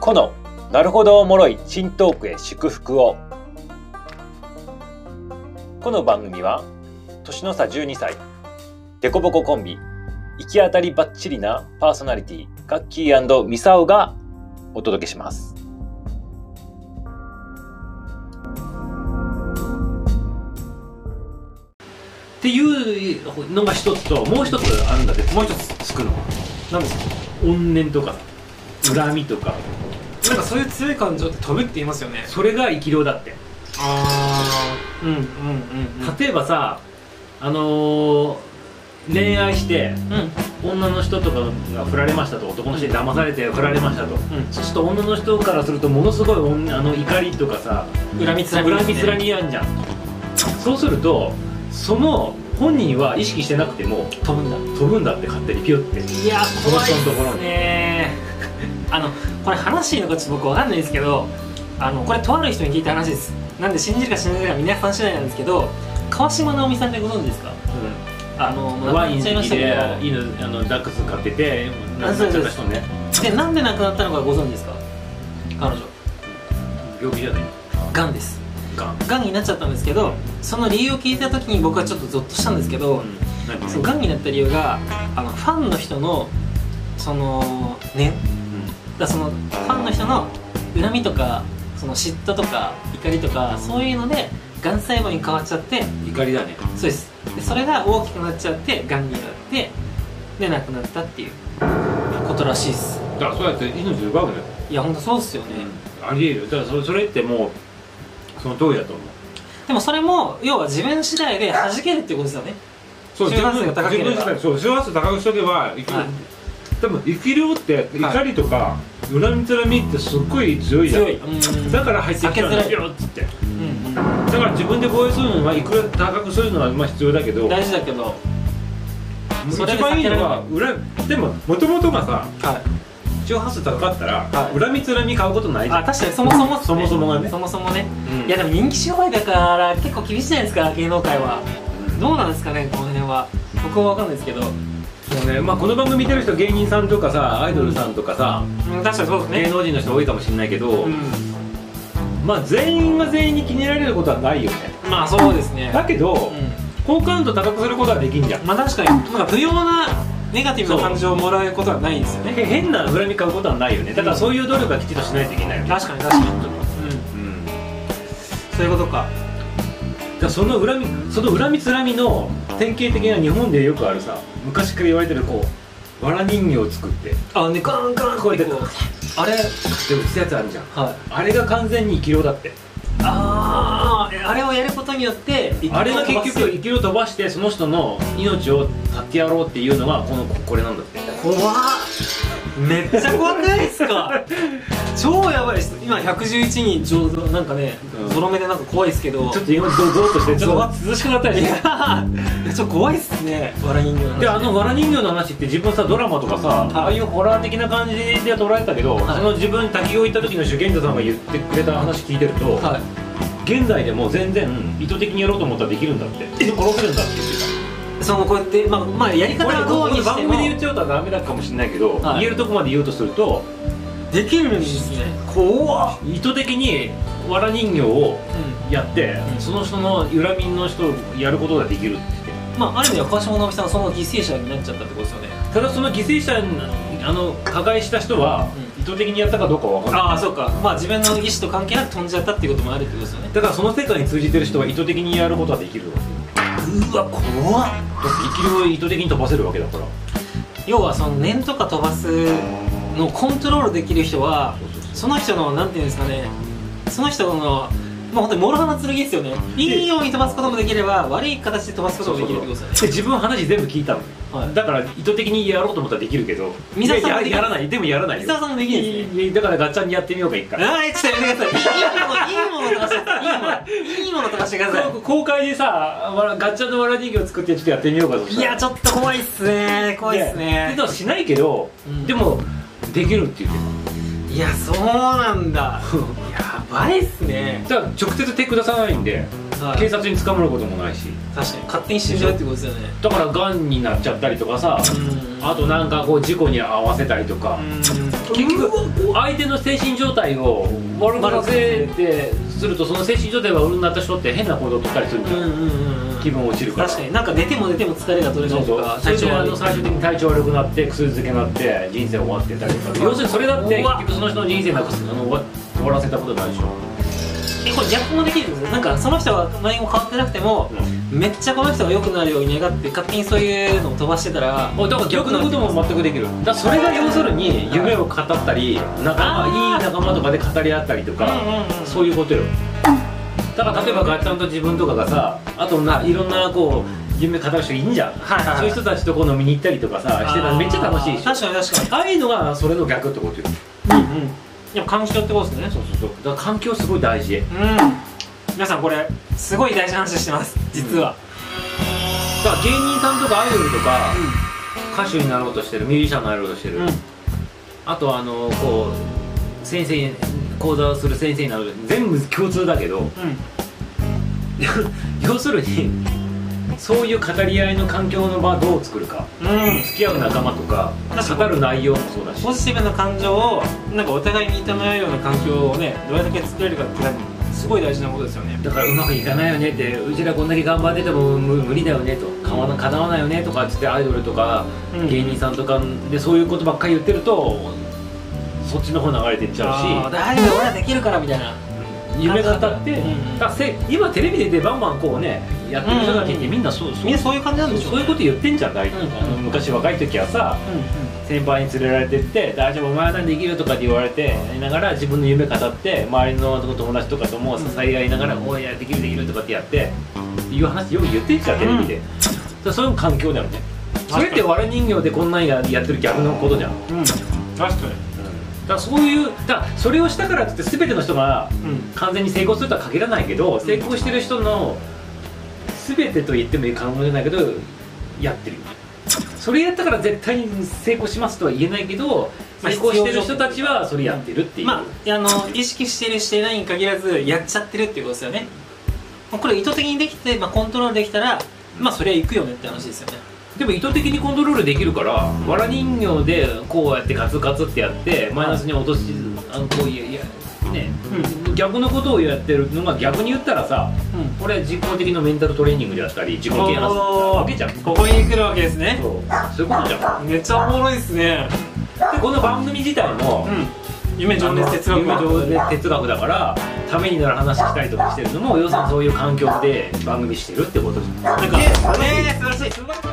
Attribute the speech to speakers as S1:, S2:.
S1: このなるほどおもろい新トークへ祝福をこの番組は年の差12歳デコボココンビ行き当たりばっちりなパーソナリティガッキーミサオがお届けします
S2: っていうのが一つともう一つあるんだけど
S3: もう一つつくのは
S2: なんですか怨念とか恨みとか
S3: なんかそういう強い感情って飛ぶって言いますよね
S2: それが生き量だって
S3: あ
S2: うん
S3: あうんうん
S2: 例えばさあのー恋愛して
S3: うんうん
S2: 女の人とかが振られましたと男の人に騙されて振られましたとそうすると女の人からするとものすごいおんあの怒りとかさ
S3: うん恨みつらみです
S2: 恨
S3: ね
S2: みつらみやんじゃんそうするとその本人は意識してなくても
S3: 飛ぶんだ
S2: 飛ぶんだって勝手にピュって
S3: いや怖い
S2: この人のところ
S3: です
S2: に
S3: ね あのこれ話していいのかちょっと僕わかんないですけどあのこれとある人に聞いた話ですなんで信じるか信じないか皆さん次第なんですけど川島直美さんってご存知ですかあのもう亡く
S2: ワイ
S3: なっ
S2: ン
S3: ちゃいま
S2: 好
S3: し
S2: き
S3: たけ
S2: で
S3: ど
S2: 犬あのダックス飼ってて亡くなっちゃった人ね
S3: でなんで亡くなったのかご存知ですか彼女
S2: 病気じゃない
S3: がんです
S2: がん
S3: がんになっちゃったんですけどその理由を聞いた時に僕はちょっとゾッとしたんですけど、
S2: 何
S3: そうがんになった理由があのファンの人のそのね
S2: う
S3: だからそのファンの人の恨みとかその嫉妬とか怒りとかそういうのでがん細胞に変わっちゃって
S2: ん怒りだね
S3: そうですでそれが大きくなっちゃってがんになってで亡くなったっていうことらしいです
S2: だからそうやって命奪うのよ
S3: いやほんとそうっすよね、
S2: ありえるよだからそれそれってもうその通りだと思う
S3: でもそれも要は自分次第で弾けるってことですよね
S2: そう
S3: 周波数が高ければ
S2: 自分自体そう周波数高くしとけば生きる、
S3: はい
S2: 多分生き量って怒りとか、恨みつらみってすっごい強いじゃん
S3: 強いうん
S2: だから入ってきたん
S3: 避けづら
S2: だ
S3: い
S2: よっつって
S3: うんうん
S2: だから自分で防衛するのはいくら高くするのはまあ必要だけど
S3: 大事だけどそれ
S2: 一
S3: で避
S2: 番い
S3: け
S2: い
S3: られ
S2: の
S3: ない
S2: は恨でももともとがさ
S3: は
S2: 周波数高かったら、
S3: はい
S2: 恨みつらみ買うことない
S3: い
S2: じゃ
S3: あ
S2: ん
S3: 確かにそもそもっす
S2: そもそもがね
S3: そもそもね
S2: うん
S3: いやでも人気商売だから結構厳しいじゃないですか芸能界は
S2: うん
S3: どうなんですかねこの辺は僕は分かんないですけどうん
S2: そうねまあこの番組見てる人芸人さんとかさアイドルさんとかさ、
S3: 確かにそうです
S2: 芸
S3: ね
S2: 能人の人多いかもしれないけど、
S3: う
S2: まあ全員が全員に気に入られることはないよね
S3: んまあそうですね
S2: だけど、
S3: う
S2: 好感度高くすることはできんじゃん
S3: んまあ確かになんか不要なネガティブな感情をもらえることはないですよね
S2: へ変な恨み買うことはないよねだからそういう努力はきちっとしないといけないよね、
S3: 確かに確かにうん
S2: うん、だか
S3: そういうことから
S2: その恨みその恨みつらみの典型的な日本でよくあるさ昔から言われてるこうわら人形を作ってで
S3: あねガンガンこうやってこうあれはい
S2: 打つやつあるじゃんあれが完全に生き量だって
S3: あーあれをやることによって
S2: あれが結局生き量飛ばしてその人の命を絶ってやろうっていうのがこのここれなんだって
S3: 怖っめっちゃ怖くないです か超やばいです今111人上手なんかね
S2: うん
S3: ゾロ目でなんか怖いですけど
S2: ちょっと今ゾゾッとしてちょっと涼しくなった
S3: い
S2: りして
S3: やーちょっと怖いっすね笑い人形なんて
S2: であのわら人形の話って自分さドラマとかさ、ああいうホラー的な感じで捉えたけど、
S3: はい
S2: その自分滝行行った時の主玄太さんが言ってくれた話聞いてると、
S3: はい
S2: 現在でも全然意図的にやろうと思ったらできるんだってで殺せるんだって言って
S3: そのこうやってまあまあやり
S2: た
S3: 方はどうに
S2: これ
S3: し
S2: 番
S3: て
S2: 組で言
S3: も
S2: っちゃうとダメだかもしれないけど、
S3: はい
S2: 言えるとこまで言うとすると
S3: できるんですね怖っ
S2: 意図的にわら人形をやって、
S3: うん
S2: その人の恨みの人をやることができるって言って
S3: まあある意味では川島直美さんはその犠牲者になっちゃったってことですよね
S2: ただその犠牲者にあの加害した人は
S3: う
S2: 意図的にやったかどうかは分からない
S3: ああそうかまあ自分の意思と関係なく飛んじゃったっていうこともあるってことですよね
S2: だからその世界に通じてる人は意図的にやることはできるわけよ
S3: うわ怖っ
S2: だって生きるを意図的に飛ばせるわけだから
S3: 要はその念とか飛ばすのをコントロールできる人はその人のなんていうんですかねその人のもう本当に諸刃の剣ですよねいいように飛ばすこともできれば悪い形で飛ばすこともできるってことですよね
S2: で自分は話全部聞いたの、
S3: はい
S2: だから意図的にやろうと思ったらできるけど
S3: 水沢さん
S2: いや
S3: もできる
S2: ややらないでもやらないよ
S3: 伊沢さんもできるんですね
S2: いいいいだからガッチャンにやってみようか一回
S3: あーちょっとやめてくださいいいものいいもの飛ばしていいものいいもの飛ばしてくださ
S2: こう公開でさわらガッチャンのわら人形を作ってちょっとやってみようかと
S3: いいやちょっと怖いっすね怖いっすね
S2: でもしないけど、
S3: うん
S2: でもできるって言って
S3: い やそうなんだやばいっすね
S2: ただから直接手下さないんで
S3: はい
S2: 警察に捕まることもないし
S3: 確かに勝手に死んじゃうってことですよね
S2: だからがんになっちゃったりとかさあとなんかこう事故に合わせたりとか、結局相手の精神状態を悪くさせてするとその精神状態が悪くなった人って変な行動を取ったりする
S3: う
S2: じ
S3: ん
S2: ゃ、
S3: うんんうんうん
S2: 気分落ちるから
S3: 確かになんか寝ても寝ても疲れが取れな
S2: そ
S3: いう
S2: そ
S3: と
S2: う
S3: か
S2: それであ
S3: 悪い
S2: の最終的に体調悪くなって薬漬けになって人生終わってたりとか要するにそれだって
S3: うわ
S2: 結局その人の人生なくすあの終わ終わらせたことないでしょ、
S3: えこれ逆もできるんですよなんかその人は何も変わってなくてもめっちゃこの人が良くなるように願って勝手にそういうのを飛ばしてたら
S2: もうだから逆のことも全くできるだからそれが要するに夢を語ったり仲
S3: あー
S2: 間いい仲間とかで語り合ったりと
S3: うんう
S2: か、
S3: んうん
S2: そういうことよだから例えばガッチャンと自分とかがさあとないろんなこう夢語る人いんじゃん、
S3: はいはい
S2: そういう人たちとこう飲みに行ったりとかさしてたらめっちゃ楽しい
S3: あー
S2: しあ
S3: 確かに確かに
S2: あいうのがそれの逆ってことよ
S3: うんうんでも環境ってことですね
S2: そうそうそうだから環境すごい大事
S3: うん皆さんこれすごい大事な話してます実は、
S2: だから芸人さんとかアイドルとか歌手になろうとしてるミュージシャンになろうとしてる、
S3: うん
S2: あとあのこう先生講座をする先生になる全部共通だけど要するにそういう語り合いの環境の場どう作るか
S3: うんうん
S2: 付き合う仲間とか語る内容もそうだし
S3: ポジティブな感情をなんかお互いに認め合うような環境をねどれだけ作れるかって多分すごい大事なことですよね
S2: だからうまくいかないよねってうちらこんだけ頑張ってても無無理だよねとかわな叶わないよねとかっつってアイドルとか
S3: うん
S2: 芸人さんとかでそういうことばっかり言ってるとそっちの方流れていっち
S3: あ
S2: ゃ
S3: あ
S2: うし
S3: 大丈夫俺はできるからみたいな
S2: 夢語って、
S3: うんうん
S2: だからせ今テレビで出てバンバンこうねやってる人たちってみんなそうそう
S3: みんなそういう感じなんでしょ
S2: そういうこと言ってんじゃん大体、
S3: うんうん
S2: あの昔若い時はさ
S3: うんうん
S2: 先輩に連れられてって「大丈夫お前なんできるよ」とかって言われてながら自分の夢語って周りの友達とかとも支え合いながら「おいやできるできる」とかってやってっていう話よく言ってんじゃんテレビで、そういう環境だよねそれって我人形でこんなんややってる逆のことじゃん、だ
S3: うん確か
S2: からそういうだからそれをしたからって全ての人が
S3: にうん
S2: 完全に成功するとは限らないけど成功してる人の全てと言ってもいい可能じゃないけどやってるよねそれやったから絶対に成功しますとは言えないけど
S3: まあ
S2: 成功してる人たちはそれやってるっていう、
S3: まああの意識してるしてないに限らずやっちゃってるっていうことですよねまあこれ意図的にできて、まあ、コントロールできたらまあそりゃ行くよねって話ですよね
S2: でも意図的にコントロールできるからわら人形でこうやってガツガツってやってマイナスに落としあのこういういやね、逆のことをやってるのが逆に言ったらさ
S3: うん
S2: これは人工的なメンタルトレーニングであったり自己啓発だわけじゃんそう
S3: ここに来るわけですね
S2: そういうことじゃん
S3: めっちゃおもろいですね
S2: でこの番組自体も、
S3: うん夢情熱哲学
S2: 夢情熱哲学だからためになる話したりとかしてるのも要するにそういう環境で番組してるってことじゃん
S3: なんかねえ素晴らしい